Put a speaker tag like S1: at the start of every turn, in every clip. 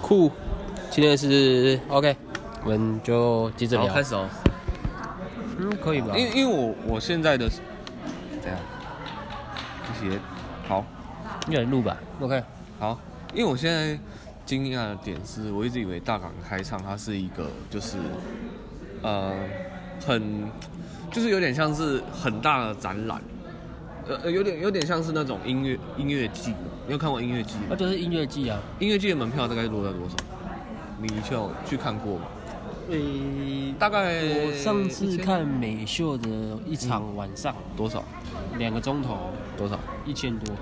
S1: 酷，今天是 OK，我们就接着
S2: 好，
S1: 聊
S2: 开。始哦。
S1: 嗯，可以啊吧？
S2: 因因为我我现在的怎样？这些好
S1: 一人录吧。OK，
S2: 好，因为我现在惊讶的点是，我一直以为大港开唱它是一个就是呃很就是有点像是很大的展览，呃呃有点有点像是那种音乐音乐季，你有看过音乐季吗
S1: 那、？就是音乐季啊。
S2: 音乐季的门票大概落在多少？你以前有去看过吗？
S1: 诶、
S2: 大概
S1: 呃我上次
S2: 一千
S1: 看美秀的一场晚上，
S2: 多少
S1: 两、个钟头，
S2: 多少？
S1: 一千嗯多，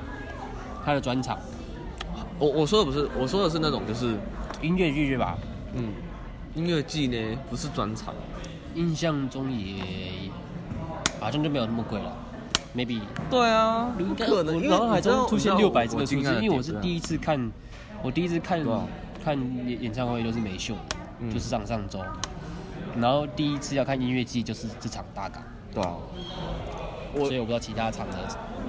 S1: 他的专场
S2: 我我说的不是，我说的是那种就是
S1: 音乐剧是吧？
S2: 嗯，音乐季呢不是专场，
S1: 印象中也好像就没有那么贵了，maybe
S2: 对啊
S1: 不可能，脑海中出现六百这个数字，因为我是第
S2: 一，
S1: 一次看，我第一次看
S2: 对啊
S1: 看演演唱会都是美秀的，
S2: 嗯
S1: 就是上上周，然后第一次要看音乐季就是这场大港，
S2: 对啊。我
S1: 所以我不知道其他场的，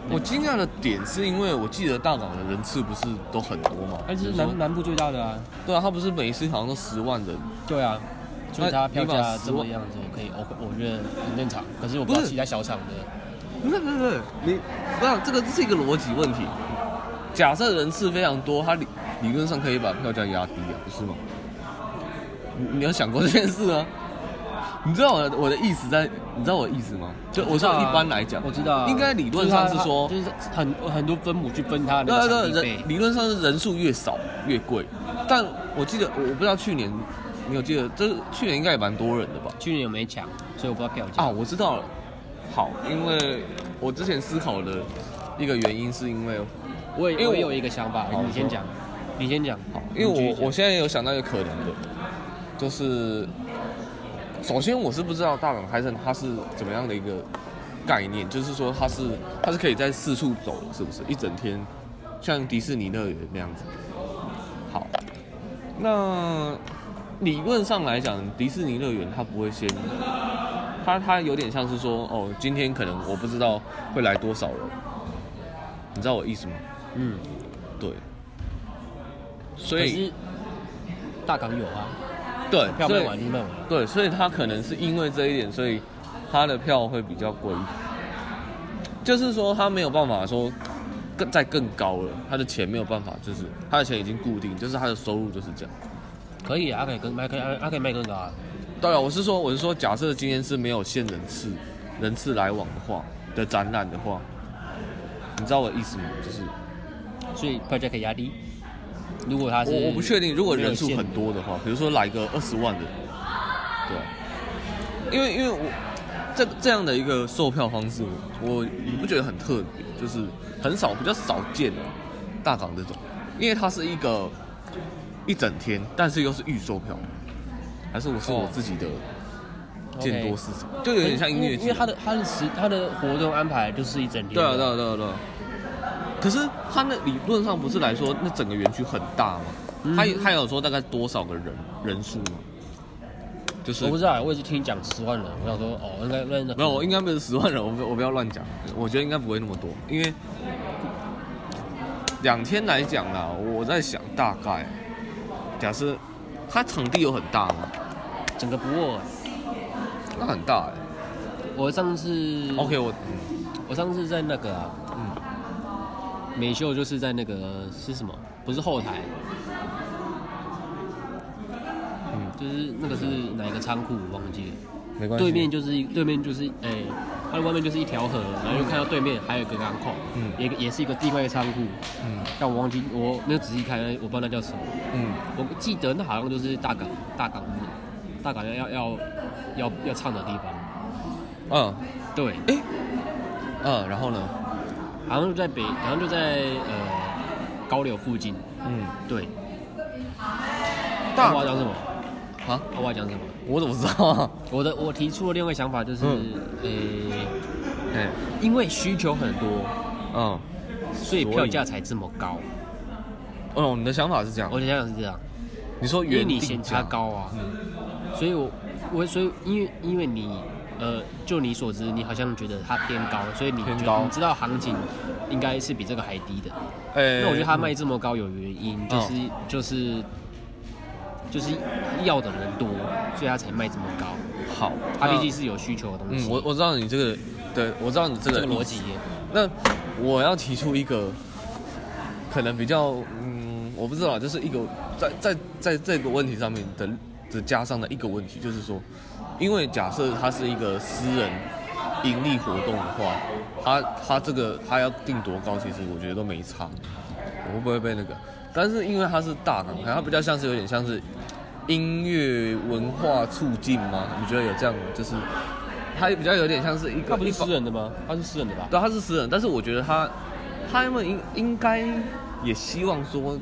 S2: 我惊讶的点是因为我记得大港的人次不是都很多嘛，
S1: 但
S2: 比
S1: 是
S2: 如说
S1: 南南部最大的啊，
S2: 对啊，他不是每一次好像都十万人，
S1: 对啊，所以它
S2: 那
S1: 票
S2: 你把
S1: 价这
S2: 10
S1: 么
S2: 万
S1: 样子可以，我我觉得很正常，可是我不知
S2: 不
S1: 道
S2: 是
S1: 其他小场的，
S2: 不是不是不是，你不然这个是一个逻辑问题。假设人次非常多，他理理论上可以把票价压低啊，不是吗？你你有想过这件事吗？你知道我的我的意思在，你知道我的意思吗？就我
S1: 知
S2: 说
S1: 道啊
S2: 一般来讲，
S1: 我知道啊，
S2: 应该理论上是说，
S1: 就是它它就是很很多分母去分它的
S2: 对啊
S1: 那
S2: 对
S1: 个场地
S2: 对，
S1: 费
S2: 人，理论上是人数越少越贵，但我记得我我不知道去年你有记得，这去年应该也蛮多人的吧？
S1: 去年有没抢，所以我不知道票价
S2: 啊，，我知道了。好，因为我之前思考的一个原因是因为
S1: 我
S2: 因为
S1: 也我
S2: 我
S1: 也有一个想法，
S2: 好
S1: 你先
S2: 说
S1: 讲，你先讲。好
S2: 因为我我现在有想到一个可能的，就是首先我是不知道大港开盛它是怎么样的一个概念，就是说它是它是可以在四处走的，是不是一整天像迪士尼乐园那样子？好，那理论上来讲，迪士尼乐园它不会先，它它有点像是说哦，今天可能我不知道会来多少人，你知道我意思吗？
S1: 嗯，
S2: 对，所
S1: 可
S2: 以。
S1: 是大港有啊，
S2: 对，
S1: 票
S2: 所
S1: 卖
S2: 以
S1: 完就卖完了。
S2: 对，所以他可能是因为这一点，所以他的票会比较贵一点。就是说他没有办法说更再更高了，他的钱没有办法，就是他的钱已经固定，就是他的收入就是这样。
S1: 可以啊，可以跟卖，可以啊，啊可以卖更高啊。
S2: 当然，我是说，我是说，假设今天是没有限人次、人次来往的话的展览的话，你知道我的意思吗？就是
S1: 所以票价可以压低。如果他是
S2: 我我不确定，如果
S1: 没有
S2: 人数
S1: 限
S2: 很多的话，比如说来个二十万的人，对啊，因为因为我这这样的一个售票方式，我你不觉得很特别，就是很少比较少见的大港这种，因为它是一个一整天，但是又是预售票，还是我是我
S1: 哦
S2: 自己的
S1: OK
S2: 见多识广，就有点像音
S1: 因为
S2: 乐
S1: 因
S2: 节
S1: 为，他的他的时他的活动安排就是一整天。
S2: 对啊对啊对啊对啊。可是它那理论上不是来说，那整个园区很大吗？
S1: 嗯
S2: 他他有说大概多少个人人数吗？就是
S1: 我不知道，我也是听你讲十万人，我想说哦，应该那那
S2: 没有，我应该没有十万人，我不我不要乱讲，我觉得应该不会那么多，因为两天来讲啦，我在想大概，假设它场地有很大吗？
S1: 整个不握。
S2: 那很大哎、
S1: 我上次
S2: OK，我嗯
S1: 我上次在那个啊，美秀就是在那个是什么？不是后台，
S2: 嗯
S1: 就是那个是哪一个仓库，我忘记了。
S2: 没关系，
S1: 对面就是一对面就是哎，它的外面就是一条河，然后又看到对面还有一个港口，
S2: 嗯
S1: 也也是一个另外一个仓库，
S2: 嗯
S1: 但我忘记我没有仔细看，我不知道那叫什么。
S2: 嗯
S1: 我记得那好像就是大港大港大港要要要要唱的地方，
S2: 嗯
S1: 对，
S2: 嗯，然后呢？
S1: 好像就在北，好像就在呃高柳附近，
S2: 嗯，
S1: 对。
S2: 大
S1: 我要讲什么？
S2: 啊，
S1: 我要讲什么？
S2: 我怎么知道 啊？
S1: 我的我提出的另外一个想法就是，呃、
S2: 嗯哎、
S1: 因为需求很多，
S2: 嗯，
S1: 所以
S2: 所以
S1: 票价才这么高。
S2: 哦，你的想法是这样
S1: 我，的想法是这样，
S2: 你说
S1: 因为
S2: 原
S1: 你
S2: 定
S1: 嫌
S2: 价
S1: 它，高啊，
S2: 嗯
S1: 所以我我所以因为因为你呃，就你所知，你好像觉得它偏高，所以你
S2: 偏
S1: 觉
S2: 高
S1: 得你知道行情应该是比这个还低的。
S2: 哎、嗯
S1: 那我觉得它卖这么高有原因，就是就是就是要的人多，所以它才卖这么高。
S2: 嗯好，
S1: 它
S2: 那
S1: 毕竟是有需求的东西。
S2: 嗯，我我知道你这个，对我知道你这
S1: 这
S2: 个
S1: 个逻辑，
S2: 那我要提出一个可能比较，嗯，我不知道，就是一个在在在这个问题上面的的加上的一个问题，就是说，因为假设它是一个私人盈利活动的话，它它这个它要定多高，其实我觉得都没差，我会不会被那个？但是因为它是大港台，它比较像是有点像是音乐文化促进吗？你觉得有这样就是？它比较有点像是一个，
S1: 它不是
S2: 一方
S1: 私人的吗？它是私人的吧？
S2: 对，他是私人，但是我觉得他他们应应该也希望说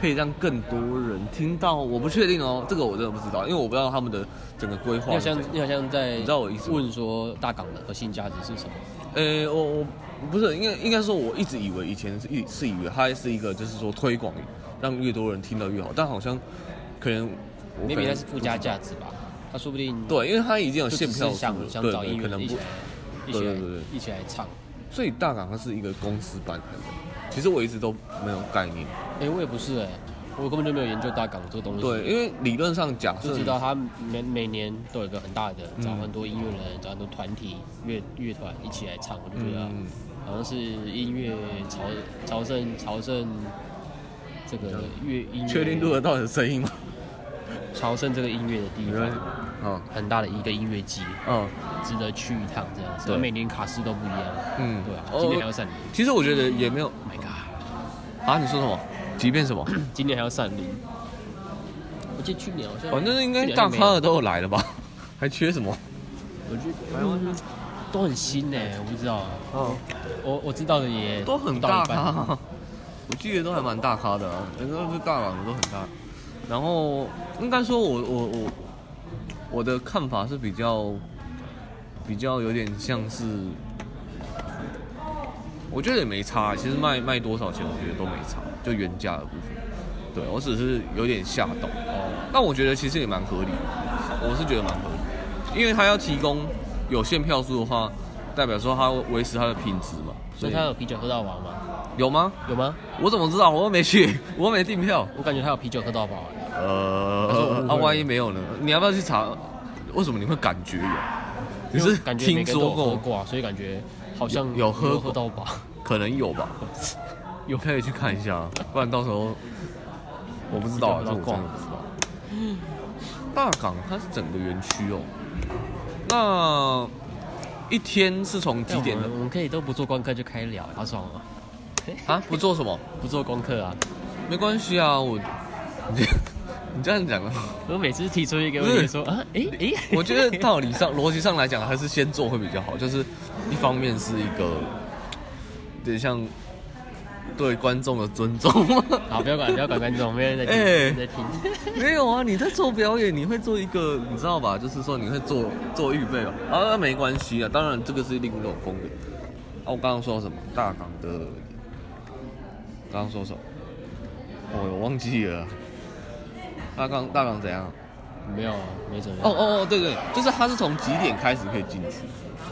S2: 可以让更多人听到。我不确定哦，这个我真的不知道，因为我不知道他们的整个规
S1: 你
S2: 划
S1: 好
S2: 是怎
S1: 像
S2: 样。
S1: 你好像在
S2: 知道我意思吗
S1: 问说大港的核心价值是什么？
S2: 呃，我我不是应该应该说，我一直以为以前是以是以为它是一个就是说推广，让越多人听到越好，但好像可能我可
S1: maybe
S2: 能
S1: 它是附加
S2: 不知道
S1: 价值吧？它说不定
S2: 对，因为它已经有
S1: 就只
S2: 限
S1: 是
S2: 呃票数了
S1: 想，想
S2: 对
S1: 找
S2: 对，
S1: 音
S2: 可
S1: 乐
S2: 能
S1: 一
S2: 不
S1: 起来一起来
S2: 对对对
S1: 一起来唱。
S2: 所以大港它是一个公司版本的，其实我一直都没有概念。
S1: 哎，我也不是哎，我根本就没有研究大港这个东西。
S2: 对，因为理论上假设
S1: 就
S2: 你
S1: 知道他每每年都有一个很大的，找
S2: 嗯
S1: 很多音乐人，找很多团体乐乐团一起来唱，我就觉得
S2: 嗯
S1: 好像是音乐朝朝圣朝圣这个乐音乐
S2: 确定录得到你的声音吗？
S1: 朝圣这个音乐的地
S2: 没关系
S1: 方，
S2: 嗯
S1: 很大的一个音乐季，
S2: 嗯
S1: 值得去一趟这样子。
S2: 对
S1: 每年卡司都不一样，
S2: 嗯
S1: 对啊，
S2: 哦
S1: 今年还要散林
S2: 其实我觉得也没有
S1: ，Oh my god，
S2: 啊。你说什么？即便什么？
S1: 今年还要散林。我记得去年好像，
S2: 反正哦应该
S1: 去年
S2: 大
S1: 好像没有
S2: 咖的都有来了吧？ 还缺什么？
S1: 我觉得、嗯都很新呢、我不知道。
S2: 哦，
S1: 我我知道的也
S2: 都很
S1: 不到
S2: 大
S1: 一半
S2: 咖啊。我记得都还蛮大咖的、啊，那个是大佬都很大。然后应该说我，我我我的看法是比较比较有点像是，我觉得也没差，啊其实卖卖多少钱，我觉得都没差，就原价的部分。对我只是有点吓到。
S1: 哦，
S2: 那我觉得其实也蛮合理的，我是觉得蛮合理的，因为他要提供有限票数的话，代表说他维持他的品质嘛。
S1: 所以他有啤酒喝到饱吗？
S2: 有吗？
S1: 有吗？
S2: 我怎么知道？我又没去， 我又没订票。
S1: 我感觉他有啤酒喝到
S2: 啊
S1: 饱、欸。可是我误会
S2: 呃，
S1: 了
S2: 那、万一没有呢？你要不要去查？为什么你会感觉有？你
S1: 因为
S2: 是
S1: 我感觉每
S2: 听
S1: 个人都
S2: 说
S1: 有喝
S2: 过？
S1: 过啊，所以感觉好像
S2: 有有喝过
S1: 喝到 饱。
S2: 可能有吧， 有可以去看一下，啊不然到时候我不知道啊，
S1: 不知道
S2: 这我真的不知道。大港它是整个园区哦，那一天是从几点
S1: 那
S2: 呢
S1: 我？们我们可以都不做功课就开聊、好爽啊！
S2: 啊，不做什么？
S1: 不做功课啊！
S2: 没关系啊，我 你你这样讲啊的话，
S1: 我每次提出一个
S2: 不是
S1: 问题说啊，诶诶，
S2: 嗯 我觉得道理上、逻辑上来讲，还是先做会比较好。就是一方面是一个，有点像对观众的尊重。
S1: 好，不要管不要管观众，没有人在听，
S2: 哎
S1: 没有人在听。
S2: 没有啊，你在做表演，你会做一个，你知道吧？就是说你会做做预备嘛。啊，那没关系啊，当然这个是另一种风格。啊，我刚刚说什么？大港的，刚刚说什么？哦我我忘记了。大港大港怎样？
S1: 没有，没怎么样。
S2: 哦，哦哦，对对，就是他是从几点开始可以进去？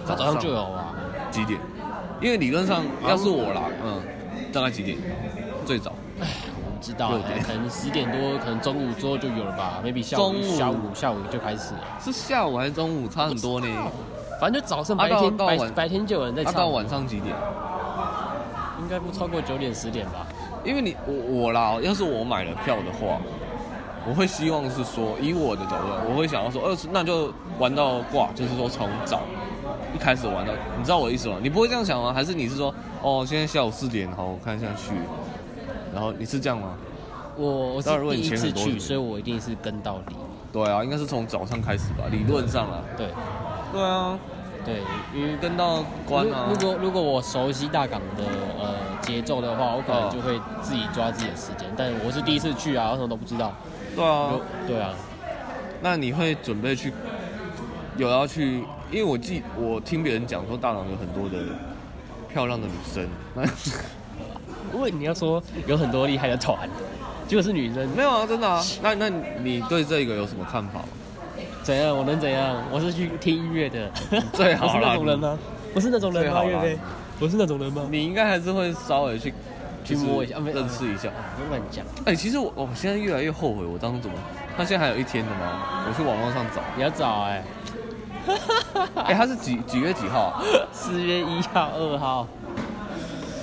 S1: 他早上就有啊，
S2: 几点？因为理论上要是我啦，嗯，大概几点？最早
S1: 我不知道
S2: 六
S1: 欸，
S2: 点
S1: 可能十点 多，可能中午之后就有了吧，maybe 下
S2: 中
S1: 午
S2: 午
S1: 下午下午就开始了。
S2: 是下午还是中午？差很多呢。
S1: 反正就早上
S2: 啊
S1: 白天、
S2: 到到
S1: 白
S2: 晚
S1: 白天就有人在
S2: 那、
S1: 唱，
S2: 到晚上几点？
S1: 应该不超过九点十点吧。
S2: 因为你我我啦，要是我买了票的话，我会希望是说，以我的角度来，我会想要说，呃，那就玩到挂，就是说从早一开始玩到，你知道我的意思吗？你不会这样想吗？还是你是说，哦，现在下午四点，好，我看一下去，然后你是这样吗？
S1: 我我是
S2: 当然如果
S1: 第
S2: 你
S1: 一
S2: 钱
S1: 次
S2: 很多
S1: 去，
S2: 是不是
S1: 所以我一定是跟到底。
S2: 对啊，应该是从早上开始吧，理论上啦。
S1: 对
S2: 对啊，
S1: 对，因为
S2: 跟到关啊。
S1: 如如果如果我熟悉大港的呃节奏的话，我可能
S2: 哦
S1: 就会自己抓自己的时间。但我是第一次去啊，我什么都不知道。
S2: 对啊，
S1: 就对啊，
S2: 那你会准备去有要去？因为我记我听别人讲说，大港有很多的漂亮的女生。 那，
S1: 因为你要说有很多厉害的团，结果是女生
S2: 没有啊，真的啊。那那你对这个有什么看法吗？
S1: 怎样我能怎样？我是去听音乐 的，
S2: 最好
S1: 我
S2: 啦
S1: 是那种人吗？我是那种人
S2: 最
S1: 吗？
S2: 好啦
S1: 岳飞，我是那种人吗？
S2: 你应该还是会稍微去
S1: 去摸一下啊没有
S2: 认识一下。
S1: 不要乱讲。
S2: 哎、其实我我现在越来越后悔，我当初怎么他现在还有一天的吗？我去网络上找。
S1: 你要找哎、
S2: 哎、他是几几月几号啊？
S1: 四月一号、二号，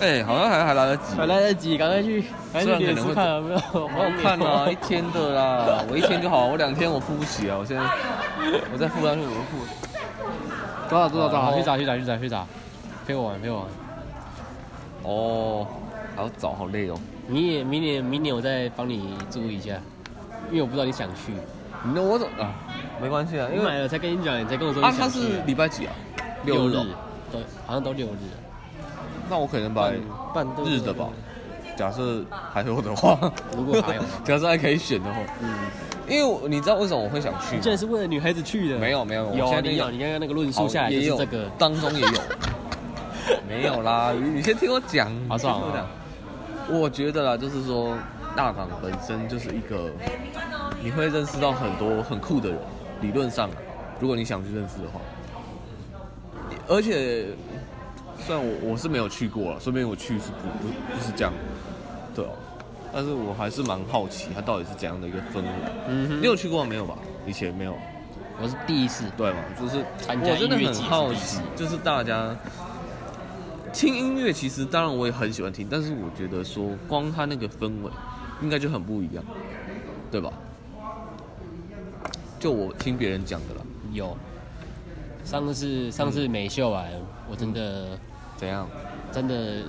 S2: 哎、好像还还来得及。
S1: 还来得及，赶快去，赶快去脸书看有没有
S2: 我
S1: 黄
S2: 有
S1: 牛。
S2: 看啊，一 天的啦，我一天就好，我两天我付不起啊，我现在我再付上去我就付。
S1: 多少多少多
S2: 然
S1: 少？
S2: 后
S1: 去找去找去找去找，陪我玩陪我玩。
S2: 哦，还要找，好累哦。
S1: 明年明年明年我再帮你注意一下，因为我不知道你想去，
S2: 你那我怎啊？没关系啊，
S1: 我
S2: 因为
S1: 买了才跟你讲，你才跟我说
S2: 啊
S1: 你，
S2: 他
S1: 想去。
S2: 是礼拜几啊？
S1: 六
S2: 日哦。，
S1: 对，好像都六日，
S2: 那我可能把
S1: 半半
S2: 日的吧。假设还有的话，
S1: 如果还有
S2: 假设还可以选的话，
S1: 嗯，
S2: 因为我你知道为什么我会想去
S1: 你
S2: 吗？
S1: 竟然是为了女孩子去的？
S2: 没有没嗯有，我
S1: 有
S2: 现
S1: 啊
S2: 在跟
S1: 你
S2: 你
S1: 有，
S2: 讲
S1: 你刚刚那个论
S2: 好
S1: 述下来就
S2: 也
S1: 是
S2: 有
S1: 这个，
S2: 当中也 有，没有啦，你你先听我讲，
S1: 好
S2: 你先
S1: 爽
S2: 听我
S1: 啊
S2: 讲。我觉得啦，就是说大港本身就是一个，你会认识到很多很酷的人，理论上，如果你想去认识的话，而且虽然我我是没有去过了，说明我去是不不不是这样，对哦，但是我还是蛮好奇它到底是怎样的一个氛围。
S1: 嗯哼
S2: 你有去过吗没有吧？以前没有。
S1: 我是第一次，
S2: 对嘛，就是
S1: 参加
S2: 我真的
S1: 音乐
S2: 很
S1: 节是
S2: 好
S1: 第一
S2: 奇
S1: 次，
S2: 就是大家听音乐，其实当然我也很喜欢听，但是我觉得说光它那个氛围，应该就很不一样，对吧？就我听别人讲的啦，
S1: 有。上次上
S2: 嗯
S1: 次美秀完，我真的
S2: 怎样？
S1: 真的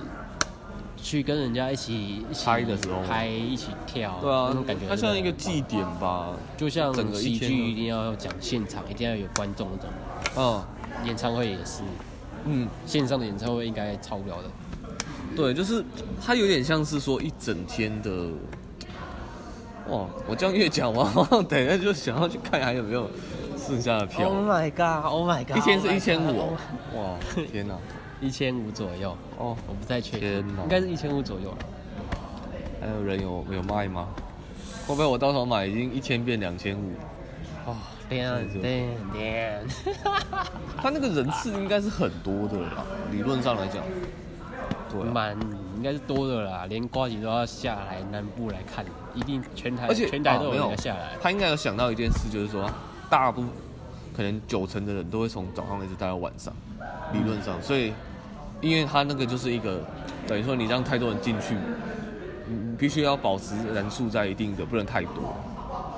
S1: 去跟人家一起一起
S2: 嗨的时候吗
S1: 嗨一起跳，
S2: 对啊
S1: 那种感觉，
S2: 它像一个祭典吧，
S1: 就像
S2: 整个一
S1: 喜
S2: 天
S1: 剧
S2: 呢
S1: 一定要讲现场，一定要有观众那种，
S2: 嗯
S1: 演唱会也是，
S2: 嗯，
S1: 线上的演唱会应该超无聊的。
S2: 对，就是它有点像是说一整天的。哇，我这样越讲，我 好像等一下就想要去看还有没有剩下的票。
S1: my god！Oh my god！
S2: 一天是一千五，哇，天哪！
S1: 一千五左右，
S2: 哦，
S1: 我不太确定
S2: 天，哪
S1: 应该是一千五左右。
S2: 还有人有有卖吗？会不会我到时候买已经一千变两千五？
S1: 哦，damn
S2: 是
S1: damn damn！
S2: 他那个人次应该是很多的啦，理论上来讲，对啊、
S1: 蛮应该是多的啦，连瓜姐都要下来南部来看，一定全台
S2: 而且
S1: 全台都
S2: 啊
S1: 有
S2: 没
S1: 人
S2: 有
S1: 要下来。
S2: 他应该有想到一件事，就是说大部可能九成的人都会从早上一直待到晚上，理论上，所以因为他那个就是一个等于说你让太多人进去，你你必须要保持人数在一定的，不能太多。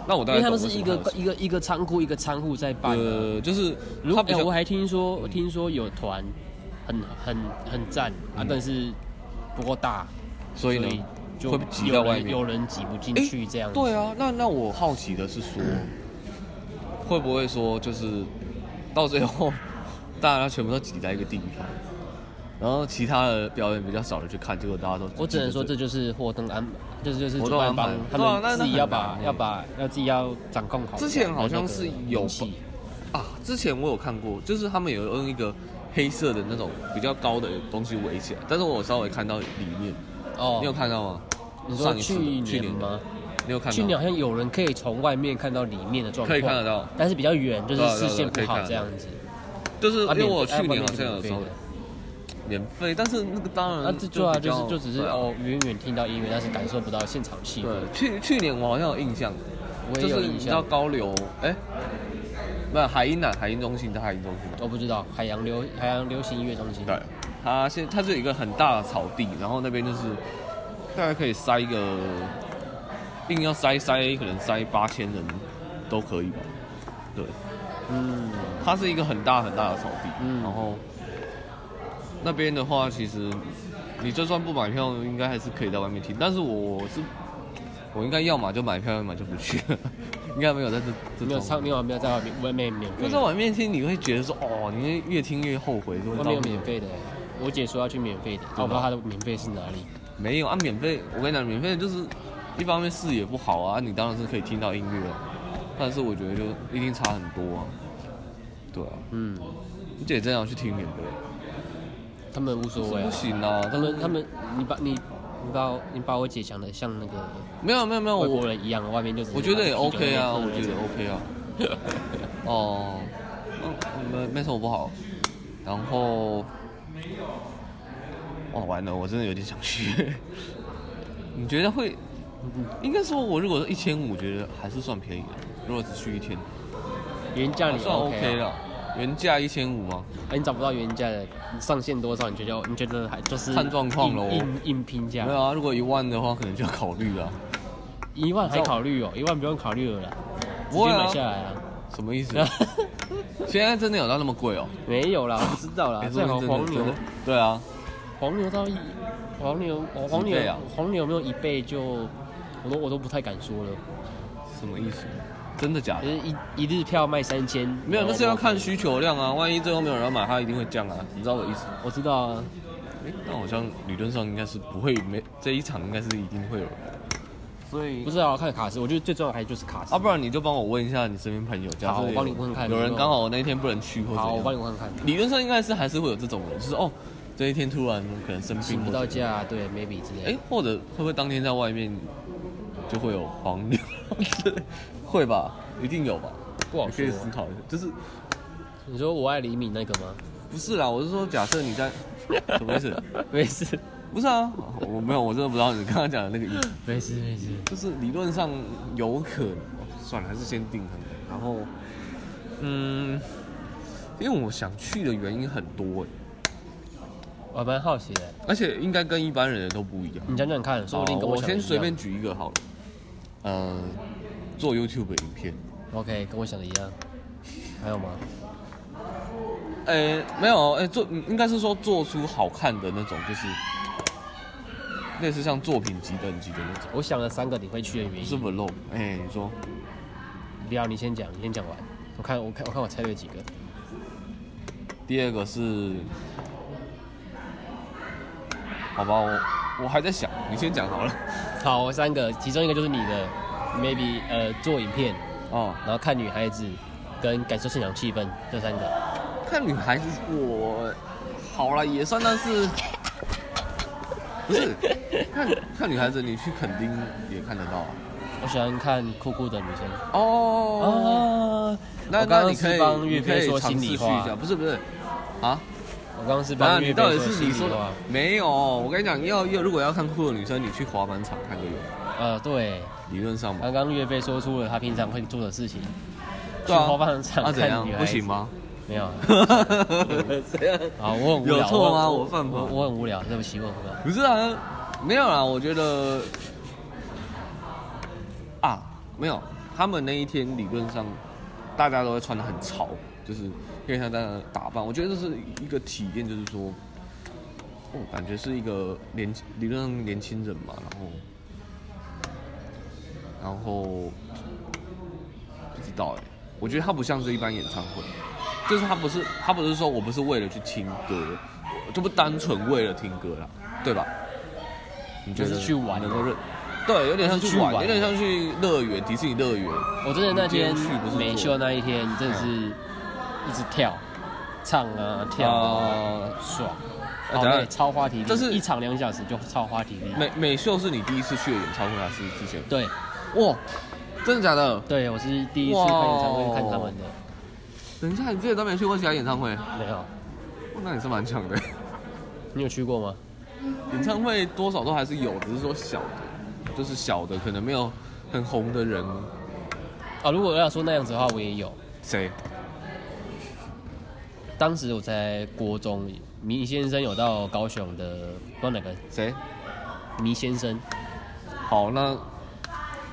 S2: 那我
S1: 因
S2: 大概
S1: 为他们
S2: 懂
S1: 是
S2: 为什
S1: 一
S2: 么
S1: 个
S2: 他有
S1: 一个一个仓库一个仓库在办，啊
S2: 呃，就是
S1: 如
S2: 他
S1: 果、
S2: 比较
S1: 哎我还听说，我听说有团很很很赞啊
S2: 嗯，
S1: 但是不够大，
S2: 所以呢，
S1: 就
S2: 会挤在
S1: 有
S2: 外
S1: 人
S2: 面。
S1: 有人挤不进
S2: 哎
S1: 去这样子。
S2: 对啊，那那我好奇的是说，会不会说就是到最后大家全部都挤在一个地方，然后其他的表演比较少的去看，结果大家都
S1: 我只能说，这
S2: 就
S1: 就是活动安，就是就是
S2: 活
S1: 主
S2: 动
S1: 办
S2: 安排
S1: 方他
S2: 对啊那
S1: 们自己
S2: 那
S1: 要
S2: 很难
S1: 把
S2: 欸
S1: 要把要自己要掌控好。
S2: 之前好像是有吧
S1: 戏，
S2: 啊，之前我有看过，就是他们有用一个黑色的那种比较高的东西围起来，但是我有稍微看到里面，
S1: 哦
S2: 你有看到吗？
S1: 你说
S2: 上一次
S1: 去
S2: 的去
S1: 年
S2: 年的
S1: 吗？
S2: 你有看到？
S1: 去年好像有人可以从外面看到里面的状况，
S2: 可以看得到，
S1: 但是比较远，就是
S2: 对啊对啊
S1: 视线不
S2: 可以
S1: 好
S2: 看得到
S1: 这样子。
S2: 就是因
S1: 啊
S2: 为
S1: 免
S2: 我
S1: 费啊
S2: 去年
S1: 外面
S2: 好像有
S1: 免费
S2: 稍微
S1: 的
S2: 免费，但是那个当然
S1: 啊，这对啊，
S2: 比
S1: 就
S2: 较
S1: 是就只是
S2: 对啊
S1: 哦，远远听到音乐，但是感受不到现场气氛。
S2: 对，去去年我好像有印象，
S1: 我
S2: 就
S1: 也有
S2: 是
S1: 印
S2: 你知道
S1: 象，
S2: 高流，哎、不是海鹰啊，海鹰中心在海鹰中心嘛。
S1: 我不知道海洋流海洋流行音乐中心。
S2: 对，它现它是有一个很大的草地，然后那边就是大概可以塞一个，硬要塞塞可能塞八千人都可以吧。对，
S1: 嗯，
S2: 它是一个很大很大的草地，
S1: 嗯
S2: 然后那边的话，其实你就算不买票，应该还是可以在外面听。但是我是我应该要么就买票，要么就不去， 应该没有在这这
S1: 没有唱，
S2: 种。
S1: 没有没有在外面外面免
S2: 因为
S1: 费
S2: 在，外面听，你会觉得说，哦，你会越听越后悔，说
S1: 外
S2: 到
S1: 面有免费的。我姐说要去免费的，啊我不知道她的免费是哪里。
S2: 没有啊，免费，我跟你讲，免费就是一方面视野不好啊，你当然是可以听到音乐啊，但是我觉得就一定差很多啊，对啊，
S1: 嗯，
S2: 你姐真的要去听免费，
S1: 他们无所谓
S2: 不
S1: 啊，
S2: 行啊，
S1: 他们他们，你把你你把我你把我姐想的像那个
S2: 没有没有没有，
S1: 外
S2: 哦我
S1: 国人一样，外面就是
S2: 我觉得也
S1: 拿着啤酒
S2: OK
S1: 在
S2: 啊，
S1: 那
S2: 我
S1: 边
S2: 觉
S1: 喝的
S2: 得 OK 啊。 哦，嗯没没什么不好。然后， 哇，完了，我真的有点想去。你觉得会？应该说，我如果一千五，觉得还是算便宜的。如果只去一天，
S1: 原价
S2: 还
S1: 你
S2: 哦
S1: 啊
S2: 算 OK
S1: 了，
S2: 了。原价一千五吗？
S1: 哎，你找不到原价的，你上限多少？你觉得你觉得还就是
S2: 看状况咯
S1: 硬硬硬拼价
S2: 没，有啊，如果一万的话，可能就要考虑了。
S1: 一万还考虑哦，一万不用考虑了啦，直
S2: 不会
S1: 接
S2: 啊
S1: 买下来啊。
S2: 什么意 思？现在真的有到那么贵哦？
S1: 没有啦，我不知道啦
S2: 哎，
S1: 最好哦
S2: 说
S1: 黄
S2: 真的真
S1: 牛
S2: 的，对啊，
S1: 黄牛到一，黄牛哦黄
S2: 几倍
S1: 牛、
S2: 啊
S1: 黄牛有没有一倍就，我都我都不太敢说了，
S2: 什么意思？真的假
S1: 可
S2: 的？
S1: 是一一日票卖三千，哦
S2: 没有，
S1: 然
S2: 那
S1: 后
S2: 是要看需求量啊。万一最后没有人要买，它一定会降啊。你知道我的意思？
S1: 我知道啊，
S2: 哎，那好像理论上应该是不会没这一场，应该是一定会有人买。所以
S1: 不是啊，看卡斯，我觉得最重要还就是卡斯。
S2: 啊，不然你就帮我问一下你身边朋友，假设
S1: 好我
S2: 有
S1: 帮你问看
S2: 有
S1: 有没
S2: 人
S1: 有
S2: 刚好那一天不能去或者
S1: 好，我帮你看看，
S2: 理论上应该是还是会有这种人，就是哦，这一天突然可能生
S1: 请
S2: 病
S1: 不
S2: 或
S1: 到
S2: 者
S1: 假，对，maybe 之类
S2: 哎
S1: 的。，
S2: 或者会不会当天在外面就会有黄牛 之类？会吧，一定有吧？
S1: 不好
S2: 你可
S1: 说
S2: 以。思考一下，就是
S1: 你说我爱李敏那个 吗？
S2: 不是啦？我是说，假设 你在什么意思？
S1: 没事，
S2: 不是啊，我没有，我真的不知道你刚刚讲的那个意思。
S1: 没事，没事。
S2: 就是理论上有可能，算了，还是先定看看。然后，嗯，因为我想去的原因很多欸，
S1: 我还蛮好奇的，
S2: 而且应该跟一般人的都不一样。
S1: 你讲讲看，说不定
S2: 好
S1: 跟
S2: 我
S1: 想的
S2: 先
S1: 一
S2: 随
S1: 样
S2: 便。举一个好了，呃，做 YouTube 的影片，
S1: OK，跟我想的一样。还有吗？
S2: 呃、没有，哎、做嗯应该是说做出好看的那种，就是类似像作品级等级的那种，
S1: 我想了三个你会去的原
S2: 不是
S1: 因。
S2: vlog，哎、你说
S1: 不要，你先讲，你先讲完。我看，我看，我看我猜对几个。
S2: 第二个是，好吧，我我还在想，你先讲好了，
S1: 好，我三个，其中一个就是你的，maybe 呃做影片，
S2: 哦，
S1: 然后看女孩子，跟感受现场气氛，这三个。
S2: 看女孩子，我好了也算，但是不是看看女孩子，你去垦丁也看得到啊。
S1: 我喜欢看酷酷的女生。
S2: 哦，
S1: 哦，
S2: 那
S1: 我刚
S2: 那
S1: 刚
S2: 你可
S1: 是
S2: 以
S1: 帮
S2: 你
S1: 岳
S2: 可
S1: 飞
S2: 以
S1: 说
S2: 尝
S1: 心
S2: 试去
S1: 里
S2: 一
S1: 话
S2: 下，，不是不是，啊，
S1: 我刚刚是
S2: 那
S1: 帮
S2: 你
S1: 岳
S2: 到底
S1: 飞说
S2: 是
S1: 心
S2: 你
S1: 里
S2: 说的
S1: 话。
S2: 没有？我跟你讲，要要如果要看酷的女生，你去滑板场看就有，
S1: 呃，对，
S2: 理论上嘛
S1: 刚，刚岳飞说出了他平常会做的事情，
S2: 对啊
S1: 呃去花瓣场
S2: 啊怎
S1: 看
S2: 样
S1: 女孩
S2: 不
S1: 子
S2: 行？吗？
S1: 没有啊，
S2: 这样
S1: 好我很无聊。
S2: 有错吗？
S1: 我
S2: 我犯法
S1: 我？我很无聊，对不起，我很无聊。
S2: 不是啊，没有啦，我觉得啊，没有，他们那一天理论上大家都会穿的很潮，就是因为像大家的打扮，我觉得这是一个体验，就是说，哦，感觉是一个年理论上年轻人嘛，然后然后不知道哎、我觉得他不像是一般演唱会，就是他不是他不是说我不是为了去听歌，我就不单纯为了听歌啦，对吧？你觉得
S1: 就是去玩
S2: 能够认？对，有点像去
S1: 就
S2: 玩，
S1: 是去玩
S2: 有点像去乐园，迪士尼乐园。
S1: 我真的那天
S2: 你今天去不是做
S1: 美秀那一天，真的是一直跳、唱啊、跳啊，
S2: 啊，
S1: 爽。
S2: 啊
S1: 好
S2: 等一下
S1: 累，超花体力，
S2: 这是
S1: 一场两小时就超花体力。
S2: 美美秀是你第一次去的演唱会还是之前？
S1: 对
S2: 哇，真的假的？
S1: 对，我是第一次看演唱会看他们的，
S2: 等一下，你之前都没去过其他演唱会，
S1: 没有。
S2: 哇那你是蛮强的。
S1: 你有去过吗？
S2: 演唱会多少都还是有，只是说小的，就是小的，可能没有很红的人。
S1: 啊，如果要说那样子的话，我也有。
S2: 谁？
S1: 当时我在国中，迷先生有到高雄的，不知道哪个
S2: 谁？
S1: 迷先生，
S2: 好，那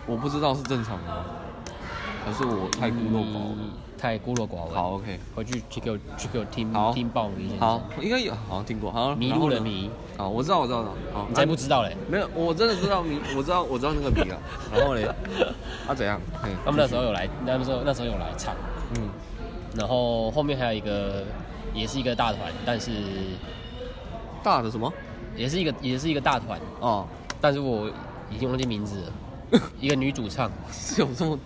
S2: 我不知道是正常的吗，还是我太孤陋寡闻？
S1: 迷太孤陋寡闻。，
S2: 好，OK，
S1: 回去去给我去给我听
S2: 好
S1: 听爆迷先生。
S2: 好，，应该有，好像听过，好像
S1: 迷路了。
S2: 然后呢
S1: 迷，
S2: 好，我知道，我知道，好，
S1: 你才
S2: 啊
S1: 不知道嘞。
S2: 没有，我真的知道迷， 我知道，我知道那个迷啊。然后嘞，啊怎样？嘿
S1: 他们那时候有来，他们说那时候有来唱，
S2: 嗯，
S1: 然后后面还有一个，也是一个大团，但是
S2: 大的什么？
S1: 也是一个也是一个大团，
S2: 哦，
S1: 但是我已经忘记名 字了，一个女主唱，
S2: 是有这么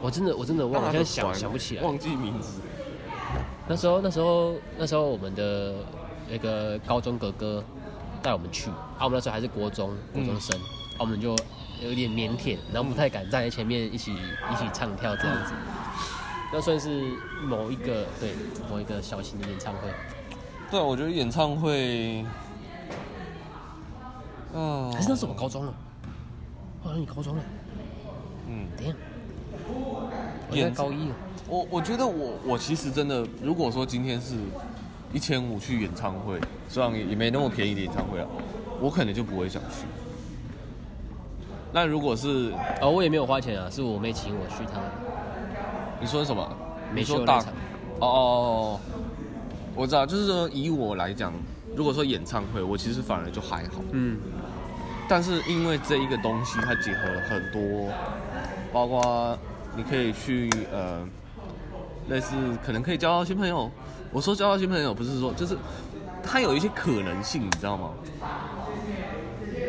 S1: 我真的我真的忘了，
S2: 大
S1: 我现在
S2: 的
S1: 想
S2: 团
S1: 想不起来。
S2: 忘记名字。
S1: 那时候，那时候，那时候我们的那个高中哥哥带我们去，啊，我们那时候还是国中国中生，啊，我们就有点腼腆，然后不太敢站在前面一起一起唱跳这样子。那算是某一个对某一个小型的演唱会，
S2: 对，啊我觉得演唱会，嗯、啊
S1: 哦还是那时候我高中了，好像你高中了，
S2: 嗯，
S1: 等一下，我在
S2: 眼
S1: 高一了，
S2: 我我觉得我我其实真的，如果说今天是一千五去演唱会，虽然也也没那么便宜的演唱会啊，我可能就不会想去。那如果是
S1: 哦，我也没有花钱啊，是我妹请我去她
S2: 你说什么？
S1: 没
S2: 你
S1: 去
S2: 说
S1: 过
S2: 大
S1: 那场，
S2: 哦哦哦，哦我知道，就是说以我来讲，如果说演唱会，我其实反而就还好。
S1: 嗯，
S2: 但是因为这一个东西，它结合了很多，包括你可以去呃，类似可能可以交到新朋友。我说交到新朋友，不是说就是它有一些可能性，你知道吗？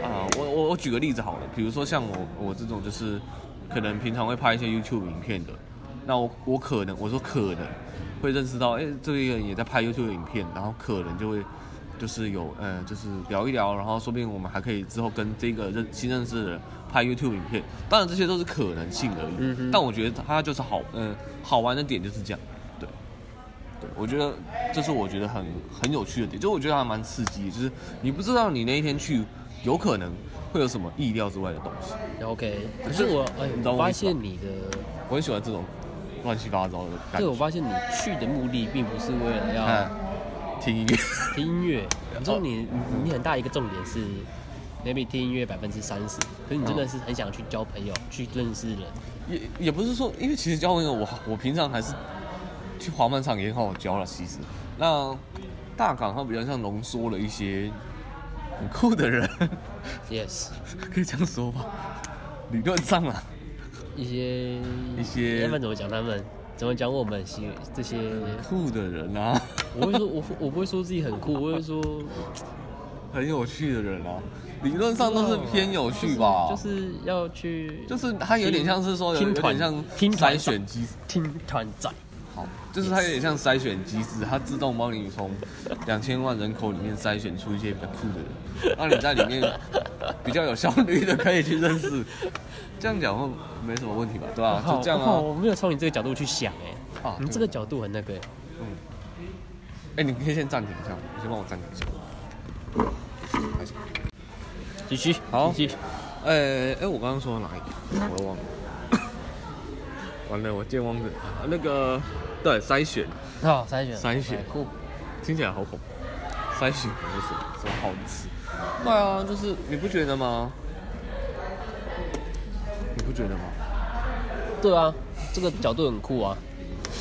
S2: 啊、我我我举个例子好了，比如说像我我这种就是可能平常会拍一些 YouTube 影片的，那我我可能我说可能会认识到，哎、这个人也在拍 YouTube 影片，然后可能就会就是有呃就是聊一聊，然后说不定我们还可以之后跟这个认新认识的人拍 YouTube 影片，当然这些都是可能性而已，
S1: 嗯哼
S2: 但我觉得它就是好嗯、好玩的点就是这样，对。对，我觉得这是我觉得很很有趣的点，就我觉得还蛮刺激的，就是你不知道你那一天去，有可能会有什么意料之外的东西。
S1: 然后 OK，可
S2: 可
S1: 是
S2: 是
S1: 我哎，
S2: 你知道
S1: 我
S2: 我
S1: 发
S2: 为什么
S1: 现你的，
S2: 我很喜欢这种乱七八糟的感
S1: 对我
S2: 觉。
S1: 发现你去的目的并不是为了
S2: 哎
S1: 要，
S2: 听音乐，
S1: 听音乐，你说
S2: 哦
S1: 你你你很大一个重点是。maybe 听音乐百分之三十，可是你真的是很想去交
S2: 哦
S1: 朋友，去认识人，
S2: 也也不是说，因为其实交朋友，我我平常还是去滑漫场也很好交了。其实，那大港它比较像浓缩了一些很酷的人，
S1: Yes，
S2: 可以这样说吧，理论上啊。
S1: 一些
S2: 一些
S1: 他们怎么讲他们，怎么讲我们些这些，
S2: 酷的人啊，
S1: 我会说，我我不会说自己很酷，我会说
S2: 很有趣的人啊，理论上都是偏有趣吧，
S1: 就是要去，
S2: 就是他有点像是说有
S1: 听
S2: 有
S1: 团
S2: 点像
S1: 听团
S2: 筛选机制，
S1: 听团长，
S2: 好，就是它有点像筛选机制，它自动帮你从两千万人口里面筛选出一些比较酷的人，让你在里面比较有效率的 可以去认识。这样讲会没什么问题吧？对吧、
S1: 好
S2: 就这样
S1: 好
S2: 啊。
S1: 我没有从你这个角度去想哎、
S2: 啊
S1: 你
S2: 对
S1: 这个角度很那个、欸，
S2: 哎、你可以先暂停一下，你先帮我暂停一下。
S1: 继续，
S2: 好
S1: 继续，
S2: 哎、哎、我刚刚说到哪里？我都忘了。 完了，我健忘症。啊那个，对，筛选
S1: 好筛选
S2: 筛选
S1: 哎酷，
S2: 听起来好恐怖。筛选不是什么什么好词？对啊，就是你不觉得吗？你不觉得吗？
S1: 对啊，这个角度很酷啊，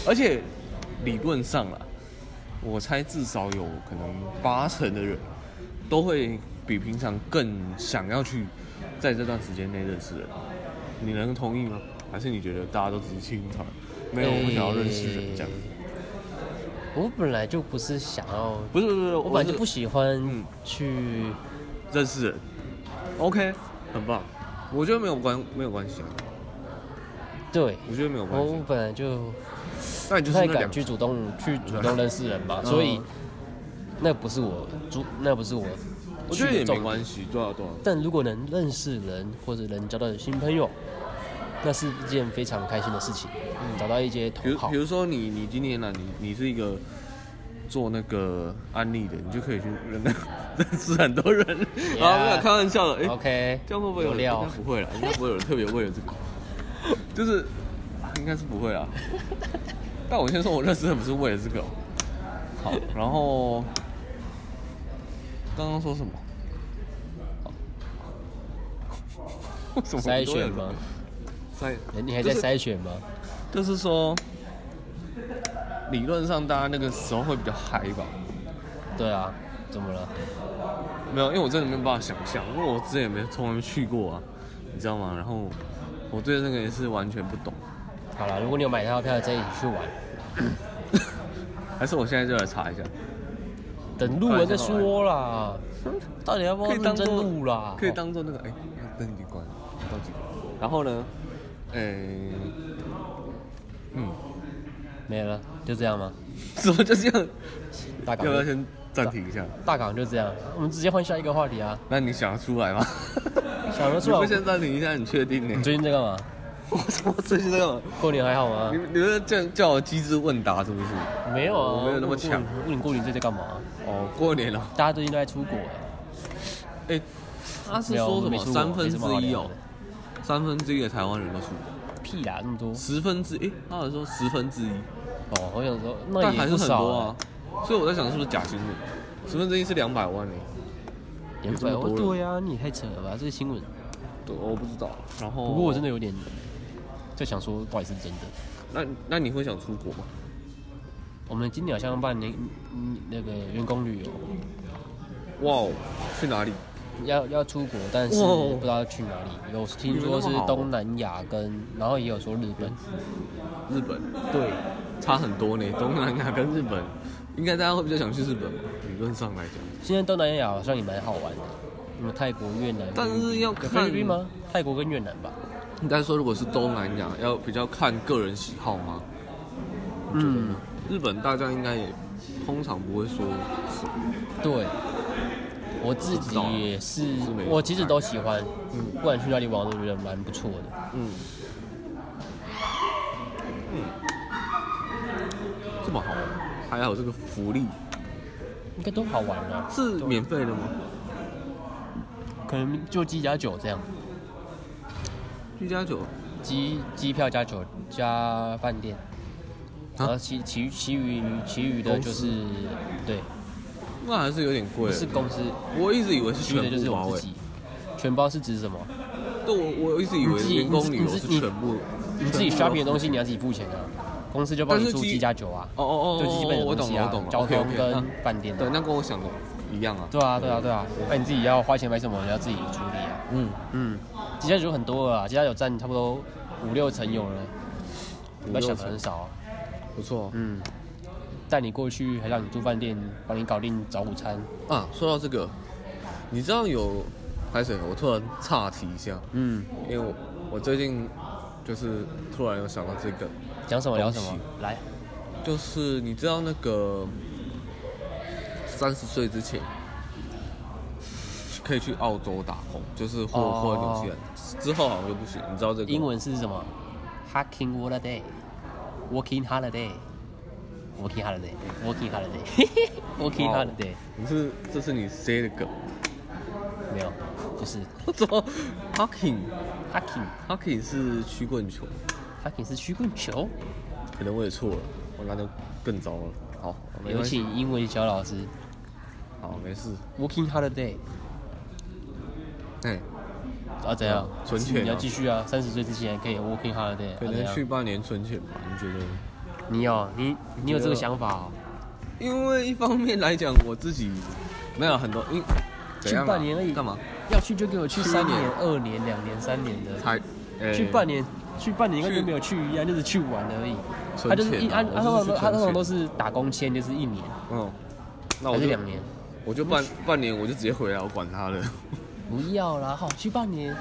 S2: 而且理论上啦，我猜至少有可能八成的人都会比平常更想要去在这段时间内认识人。你能同意吗？还是你觉得大家都只是轻谈？没有，我不想要认识人这样。
S1: 哎我本来就不是想要，
S2: 不是不是不是，
S1: 我
S2: 我
S1: 本来就是不喜欢
S2: 嗯
S1: 去，
S2: 认识人。OK，很
S1: 哦
S2: 棒。我觉得没有关没有关系啊，
S1: 对。
S2: 我觉得没有关系
S1: 我。本来就
S2: 那
S1: 哦不
S2: 你就是
S1: 太
S2: 那
S1: 敢
S2: 两
S1: 去主动去主动认识人
S2: 嗯
S1: 吧，所以那不是我主，那不是我，
S2: 我觉得也没
S1: 系。
S2: 关系，啊多少多少。
S1: 但如果能认识人或者能交到新朋友，那是一件非常开心的事情。找到一些
S2: 比
S1: 同
S2: 如
S1: 好
S2: 嗯比，如说你你今年呢、你你是一个做那个安利的，你就可以去认认识 很多人。啊，没有开玩笑的，哎、
S1: OK，
S2: 这样会不会有
S1: 有
S2: 人
S1: 料
S2: 应该？不会了，应该不会有人特别为了这 个，就是啊应该是不会啦。但我先说，我认识的不是为了这个哦、 好，然后刚刚说什么？好为什么
S1: 筛
S2: 很多
S1: 选
S2: 人
S1: 吗？
S2: 筛
S1: 你还在
S2: 就是
S1: 筛选吗？
S2: 就是说，理论上大家那个时候会比较嗨吧？
S1: 对啊，怎么了？
S2: 没有，因为我真的没有办法想象，因为我之前也没从来没去过啊，你知道吗？然后我对那个也是完全不懂，
S1: 好了，如果你有买到票，再一起去玩。
S2: 还是我现在就来查一下，
S1: 等录完再说啦，到底要不要
S2: 可以
S1: 认
S2: 当
S1: 真
S2: 做
S1: 录啦？
S2: 可以当做那个哎，那个灯已经关了，到几个？然后呢，哎，嗯，
S1: 没了，就这样吗？
S2: 怎么就这样？
S1: 大
S2: 要不要
S1: 港，
S2: 先暂停一下？
S1: 大港就这样，我们直接换下一个话题啊。
S2: 那你想得出来吗？
S1: 想得出来
S2: 你不先暂停一下，你确定
S1: 你
S2: 呢？
S1: 最近在干嘛？
S2: 我我最近这个。
S1: 过年还好吗
S2: 你？们你们叫叫我机智问答是不是？
S1: 没有啊，
S2: 我没有那么强。
S1: 问你过年最近在干嘛？
S2: 哦，过年了。
S1: 大家最近都在出国哎。
S2: 哎、他是
S1: 没有
S2: 说
S1: 我
S2: 什
S1: 没
S2: 么
S1: 出国
S2: 三分
S1: 没什么好
S2: 之一
S1: 聊
S2: 哦
S1: 的？
S2: 三分之一的台湾人都出国，
S1: 屁啦，那么多
S2: 十分之诶，他好像说十分之一，
S1: 哦，我想说那
S2: 但
S1: 也
S2: 还是
S1: 不
S2: 很
S1: 少
S2: 多啊。所以我在想是不是假新闻？十分之一是两百万呢、
S1: 欸，也不少
S2: 有这么多
S1: 对
S2: 人
S1: 呀、你也太扯了吧，这是新闻。
S2: 对，我不知道。然后，
S1: 不过我真的有点在想说，到底是不是真的？
S2: 那那你会想出国吗？
S1: 我们今年好像办那嗯那个员工旅游，
S2: 哇哦，去哪里？
S1: 要要出国，但是
S2: 哇
S1: 不知道去哪里。有听说是
S2: 哦你们那么好嗯
S1: 东南亚跟，然后也有说日本。
S2: 日本，
S1: 对，
S2: 差很多呢。东南亚跟日本，应该大家会比较想去日本吧，理论上来讲。
S1: 现在东南亚好像也蛮好玩的，什么泰国、越南，
S2: 但是要
S1: 有
S2: 看
S1: 菲律宾吗？泰国跟越南吧。
S2: 但是说如果是东南亚，要比较看个人喜好吗？
S1: 嗯，
S2: 日本大家应该也通常不会说，
S1: 对。我自己也是
S2: 不知道啊是没，
S1: 我其实都喜欢，
S2: 嗯
S1: 不管去哪里玩，我都觉得蛮不错的。
S2: 嗯，嗯，这么好玩，还有这个福利
S1: 应该都好玩啊，
S2: 是免费的吗？
S1: 可能就机加酒这样，
S2: 居家酒
S1: 机机票加酒加饭店，然后其其余其余其余的就
S2: 啊公司
S1: 是对，
S2: 那还是有点贵
S1: 不。是公司，
S2: 我一直以为是
S1: 其余的
S2: 全
S1: 就是
S2: 部包
S1: 我自
S2: 诶，
S1: 己。全包是指什么？
S2: 对，我我一直以为
S1: 你自己
S2: 员工旅游
S1: 你
S2: 是
S1: 自己
S2: 全部，
S1: 你自己
S2: 全部包
S1: shopping 的东西你要自己付钱啊，公司就帮你
S2: 但是
S1: 出
S2: 机
S1: 机加酒啊，
S2: 哦哦哦，
S1: 就基本的
S2: 我
S1: 东
S2: 懂
S1: 西
S2: 了，
S1: 啊
S2: 我懂，了。
S1: 交通
S2: OK，OK，
S1: 跟
S2: 那
S1: 饭店啊。
S2: 对，那跟我想的一样啊。
S1: 对啊，对啊，对啊，哎，你自己要花钱买什么，你要自己处理啊。
S2: 嗯，
S1: 嗯，吉他酒很多了啦，吉啊他酒占差不多五六成有了，
S2: 嗯
S1: 不要想的很少啊、
S2: 不错
S1: 嗯，带你过去，还让你住饭店，帮你搞定早午餐。
S2: 啊。说到这个，你知道有海水，我突然岔题一下，
S1: 嗯，
S2: 因为我我最近就是突然有想到这个，
S1: 讲什么聊什
S2: 东
S1: 么，来。
S2: 就是你知道那个三十岁之前可以去澳洲打工，就是或、
S1: 哦
S2: 或者纽西兰，之后好像就不行。你知道这个吗哦
S1: 英文是什么？Hacking holiday, working holiday, working holiday, working holiday, working
S2: 哇
S1: holiday。
S2: 你是这是你 say 的梗？
S1: 没有，就是
S2: 我怎么 hacking
S1: hacking。
S2: hacking 是曲棍球？
S1: hacking 是曲棍球。
S2: 可能我也错了，我那就更糟了。好，没
S1: 有
S2: 关系，
S1: 请英文小老师。
S2: 好没事。
S1: Working holiday
S2: 哎、
S1: 啊，怎样？
S2: 存钱啊
S1: 你要继续啊，三十岁之前可以 working holiday 啊。
S2: 可
S1: 怎
S2: 能
S1: 样
S2: 去半年存钱吧？你觉得？
S1: 你有你你有这个想法哦？
S2: 因为一方面来讲，我自己没有很多，因怎
S1: 去
S2: 样啊
S1: 半年而已，
S2: 干嘛？？
S1: 要去就给我去
S2: 去一
S1: 三
S2: 年
S1: 年、二年、两年、三年的。
S2: 才、呃
S1: 去半年，去半年跟
S2: 去
S1: 就没有去一样，就是去玩而已。
S2: 存
S1: 他就是一，
S2: 钱
S1: 他他
S2: 啊我
S1: 通
S2: 就是
S1: 常
S2: 去
S1: 他
S2: 存
S1: 通常
S2: 钱
S1: 都是打工签，就是一年
S2: 嗯，那我
S1: 还
S2: 就是
S1: 两，年。
S2: 我就半半年我就直接回来，我管他了。
S1: 不要啦，好去半年。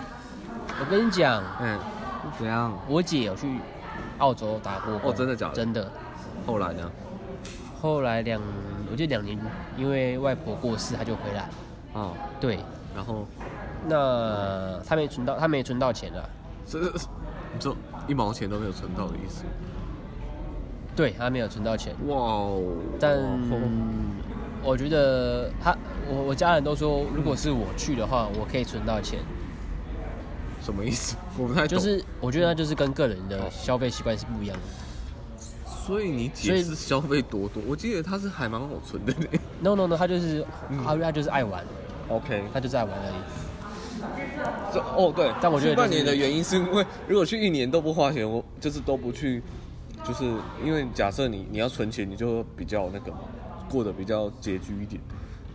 S1: 我跟你讲，
S2: 嗯，怎样？
S1: 我姐有去澳洲打过工
S2: 哦真的假的
S1: 真的。
S2: 后来呢？
S1: 后来两，我记得两年，因为外婆过世，她就回来。
S2: 啊、
S1: 对，
S2: 然后
S1: 那她没存到，她没存到钱啊。
S2: 这这你说一毛钱都没有存到的意思？
S1: 对，她没有存到钱，
S2: 哇哦！
S1: 但
S2: 哦
S1: 我觉得她，我我家人都说，如果是我去的话，我可以存到钱。
S2: 什么意思？我不太懂。
S1: 就是我觉得那就是跟个人的消费习惯是不一样的。
S2: 所以你
S1: 所
S2: 姐
S1: 以
S2: 是消费多多，我记得她是还蛮好存的呢。
S1: No no no，他就是
S2: 嗯
S1: 他他就是爱玩，
S2: OK，
S1: 他就是爱玩而已。
S2: 这哦对，
S1: 但我觉得
S2: 去半
S1: 就是
S2: 年的原因是因为如果去一年都不花钱，我就是都不去，就是因为假设你你要存钱，你就比较那个嘛过得比较拮据一点。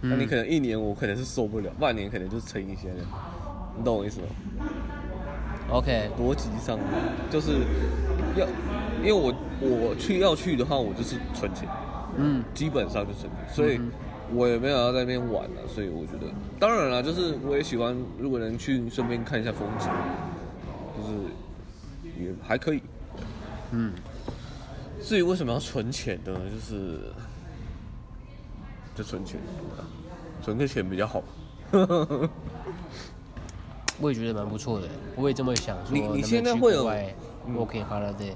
S2: 那、
S1: 嗯
S2: 你可能一年我可能是受不了，半年可能就撑一些了，你懂我意思吗？
S1: OK，
S2: 逻辑上面就是要，因为我我去要去的话，我就是存钱，
S1: 嗯，
S2: 基本上就是，所以我也没有要在那边玩了、所以我觉得，当然了，就是我也喜欢，如果能去顺便看一下风景，就是也还可以。
S1: 嗯，
S2: 至于为什么要存钱呢？就是就存钱，存个钱比较好。
S1: 我也觉得蛮不错的，我也这么想说。
S2: 你你现在会有嗯
S1: o k 好了对，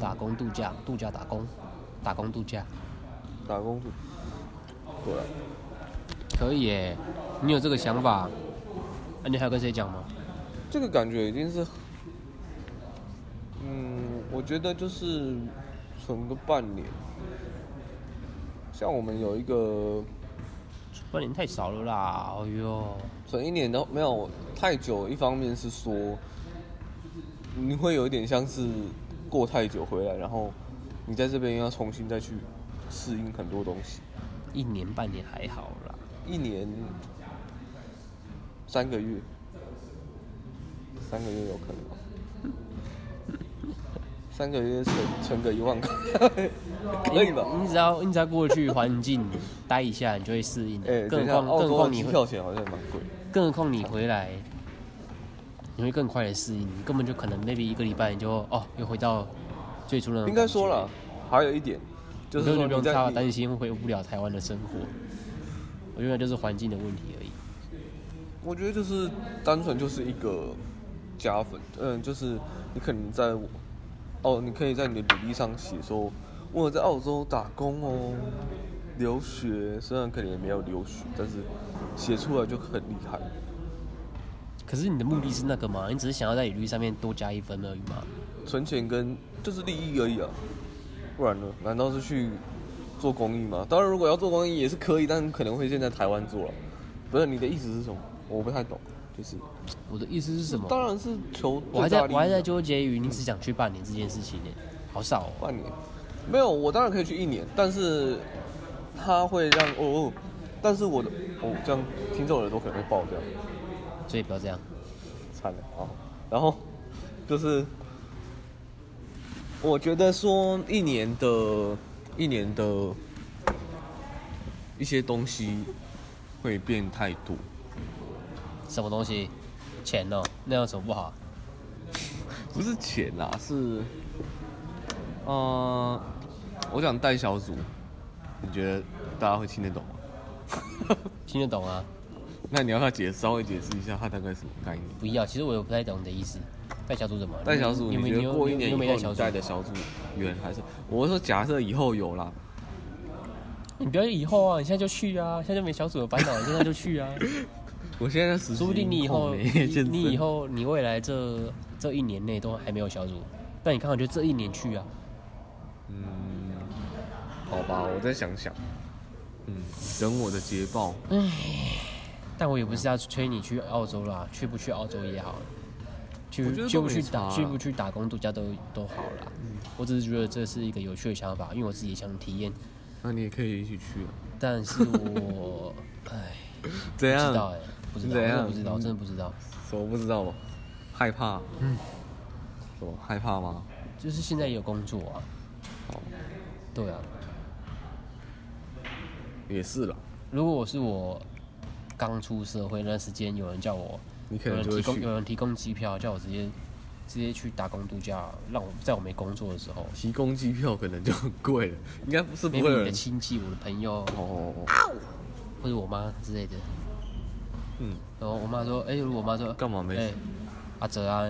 S1: 打工度假，度假打工，打工度假，
S2: 打工族，对啊，
S1: 啊可以耶。你有这个想法，那、你还要跟谁讲吗？
S2: 这个感觉已经是，嗯，我觉得就是存个半年。像我们有一个
S1: 半年太少了啦，哎呦，
S2: 存一年的没有太久，一方面是说你会有一点像是过太久回来，然后你在这边要重新再去适应很多东西。
S1: 一年半年还好啦，
S2: 一年三个月，三个月有可能吗，三个月存存个一万块，可以吧？
S1: 你你只要你只要过去环境待一下，你就会适应的。
S2: 哎、等
S1: 更
S2: 一
S1: 何
S2: 下，
S1: 况
S2: 澳
S1: 更何
S2: 洲
S1: 况你
S2: 的机
S1: 回，
S2: 票钱好像蛮贵。
S1: 更何况你回来，你会更快的适应，你根本就可能 maybe 一个礼拜你就哦又回到最初那种。
S2: 应该说了，，还有一点就
S1: 你
S2: 是
S1: 根本
S2: 说
S1: 就
S2: 你
S1: 不用
S2: 在
S1: 太
S2: 你
S1: 担心回不了台湾的生活。我觉得就是环境的问题而已。
S2: 我觉得就是单纯就是一个加分，嗯，就是你可能在哦，你可以在你的履历上写说，嗯我有在澳洲打工哦，留学，虽然可能也没有留学，但是写出来就很厉害。
S1: 可是你的目的是那个吗？你只是想要在履历上面多加一分而已嘛？
S2: 存钱跟就是利益而已啊，不然呢？难道是去做公益吗？当然，如果要做公益也是可以，但可能会先在台湾做了。不是你的意思是什么？我不太懂，就是
S1: 我的意思是什么？
S2: 当然是求
S1: 我还
S2: 最
S1: 在
S2: 大利益
S1: 我还
S2: 啊
S1: 在纠结于你只想去半年这件事情呢，好少哦。
S2: 半年，没有，我当然可以去一年，但是他会让哦哦，但是我的哦这样听众耳朵可能会爆掉，
S1: 所以不要这样。
S2: 惨了啊！然后就是我觉得说一年的一年的一些东西会变太多，
S1: 什么东西？钱哦，那有什么不好？
S2: 不是钱啦，是呃，我想带小组，你觉得大家会听得懂吗？
S1: 听得懂啊？
S2: 那你要不要解稍微解释一下它大概是什么概念？
S1: 不要，其实我也不太懂你的意思。带小组怎么？
S2: 带小组，
S1: 你
S2: 你
S1: 们
S2: 觉得过一年
S1: 你有没
S2: 以
S1: 有带
S2: 后
S1: 小
S2: 你
S1: 组
S2: 带？的小组员还是？我是说假设以后有啦，
S1: 你不要以后啊，你现在就去啊，现在就没小组的烦恼，你现在就去 啊。
S2: 我现在实习
S1: 说不定你以后，
S2: 控
S1: 你
S2: 欸健身
S1: 你以后，你未来这这一年内都还没有小组，但你刚好就这一年去啊。
S2: 嗯，好吧，我再想想，嗯，等我的捷报。
S1: 嗯但我也不是要催你去澳洲啦，去不去澳洲也好，去
S2: 我觉得
S1: 去
S2: 都
S1: 不
S2: 没
S1: 去
S2: 差
S1: 打
S2: 啊
S1: 去不去打工度假都都好啦。我只是觉得这是一个有趣的想法，因为我自己也想体验，
S2: 那你也可以一起去啊？
S1: 但是 我唉
S2: 怎
S1: 不知道
S2: 样？
S1: 哎、不知道，
S2: 怎
S1: 真
S2: 样
S1: 的不知道，真的不知道。
S2: 什么不知道吗？害怕？嗯，什么害怕吗？
S1: 就是现在也有工作啊，
S2: 好，
S1: 对啊。
S2: 也是啦，
S1: 如果我是我刚出社会那时间，有人叫我，
S2: 你可
S1: 有
S2: 能
S1: 人
S2: 就会
S1: 提供
S2: 去
S1: 有人提供机票，叫我直接直接去打工度假，让我在我没工作的时候，
S2: 提供机票，可能就很贵了，应该不是不
S1: 没
S2: 会
S1: 有
S2: 有
S1: 你的
S2: 人。
S1: 亲戚、我的朋友
S2: 哦哦哦，
S1: 或者我妈之类的。
S2: 嗯，
S1: 然后我妈说：“哎、如果我妈说
S2: 干嘛没事
S1: 哎阿哲啊，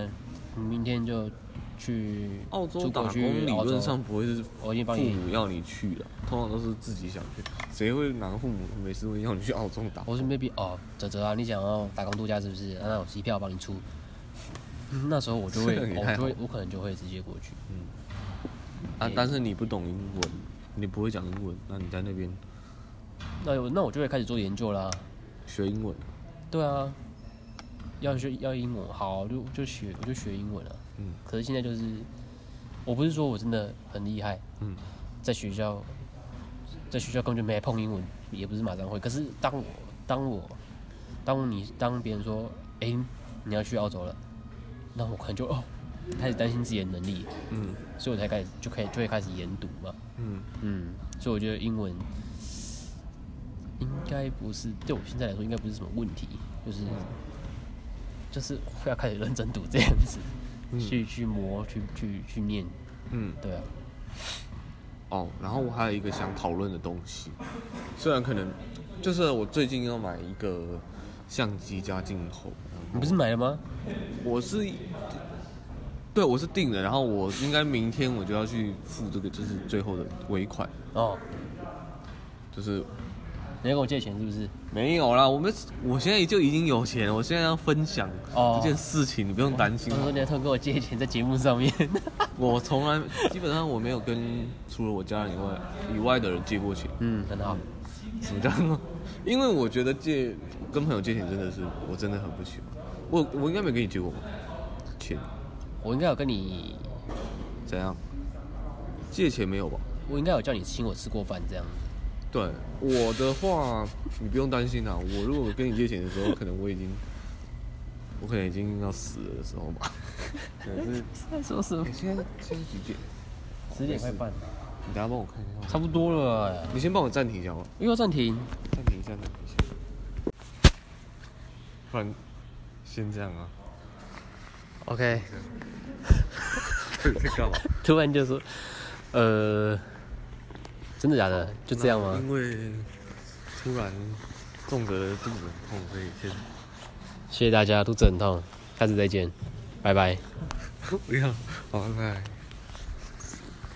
S1: 你明天就去
S2: 澳洲
S1: 出
S2: 打
S1: 国
S2: 工
S1: 去
S2: 理
S1: 澳洲
S2: 论上不会是
S1: 我已经帮
S2: 父
S1: 你，
S2: 母要你去了，通常都是自己想去，谁会哪个父母没事会要你去澳洲打？
S1: 我说 maybe 哦，哲哲啊，你想要打工度假是不是？啊那我机票帮你出。嗯那时候我就会
S2: 这个，也
S1: 我
S2: 太
S1: 就
S2: 好
S1: 会，我可能就会直接过去。
S2: 啊，但是你不懂英文，你不会讲英文，那你在那边
S1: 那我那我就会开始做研究啦。
S2: 学英文，
S1: 对啊，要学要英文，好就就学我就学英文啊。
S2: 嗯
S1: 可是现在就是，我不是说我真的很厉害，
S2: 嗯，
S1: 在学校，在学校根本就没碰英文，也不是马上会。可是当我当我当你当别人说，哎、你要去澳洲了，那我可能就哦，开始担心自己的能力，
S2: 嗯
S1: 所以我才开始就可以就会开始研读嘛。
S2: 嗯，
S1: 嗯，所以我觉得英文应该不是对我现在来说应该不是什么问题，就是、就是会要开始认真读这样子，去去磨，去去去念，
S2: 嗯
S1: 对啊，
S2: 哦，然后我还有一个想讨论的东西，虽然可能就是我最近要买一个相机加镜头，
S1: 你不是买了吗？
S2: 我是。对，我是定了，然后我应该明天我就要去付这个，就是最后的尾款，
S1: 哦，
S2: 就是
S1: 你要跟我借钱是不是？
S2: 没有啦，我们我现在就已经有钱了，我现在要分享
S1: 哦
S2: 这件事情，你不用担心
S1: 他。说你要偷跟我借钱在节目上面，
S2: 我从来基本上我没有跟除了我家人以外以外的人借过钱，
S1: 嗯，很好，
S2: 什么叫 做？因为我觉得借跟朋友借钱真的是我真的很不喜欢。我我应该没跟你借过吧钱，
S1: 我应该有跟你，
S2: 怎样？借钱没有吧？
S1: 我应该有叫你请我吃过饭这样，
S2: 对我的话，你不用担心啊。我如果跟你借钱的时候，可能我已经，我可能已经要死了的时候吧。可能是
S1: 在说什么
S2: 你？现在现在几点？
S1: 十点快半，
S2: 你等下帮我看一下。
S1: 差不多了欸，
S2: 你先帮我暂停一下吧，
S1: 又要暂停。
S2: 暂停一下，暂停一下。不然先这样啊。
S1: OK，
S2: 这是 干嘛？
S1: 突然就说，呃，真的假的？就这样吗？
S2: 因为突然重哲的肚子很痛，所以先
S1: 谢谢大家，肚子很痛，下次再见，拜拜。
S2: 不要，好拜拜。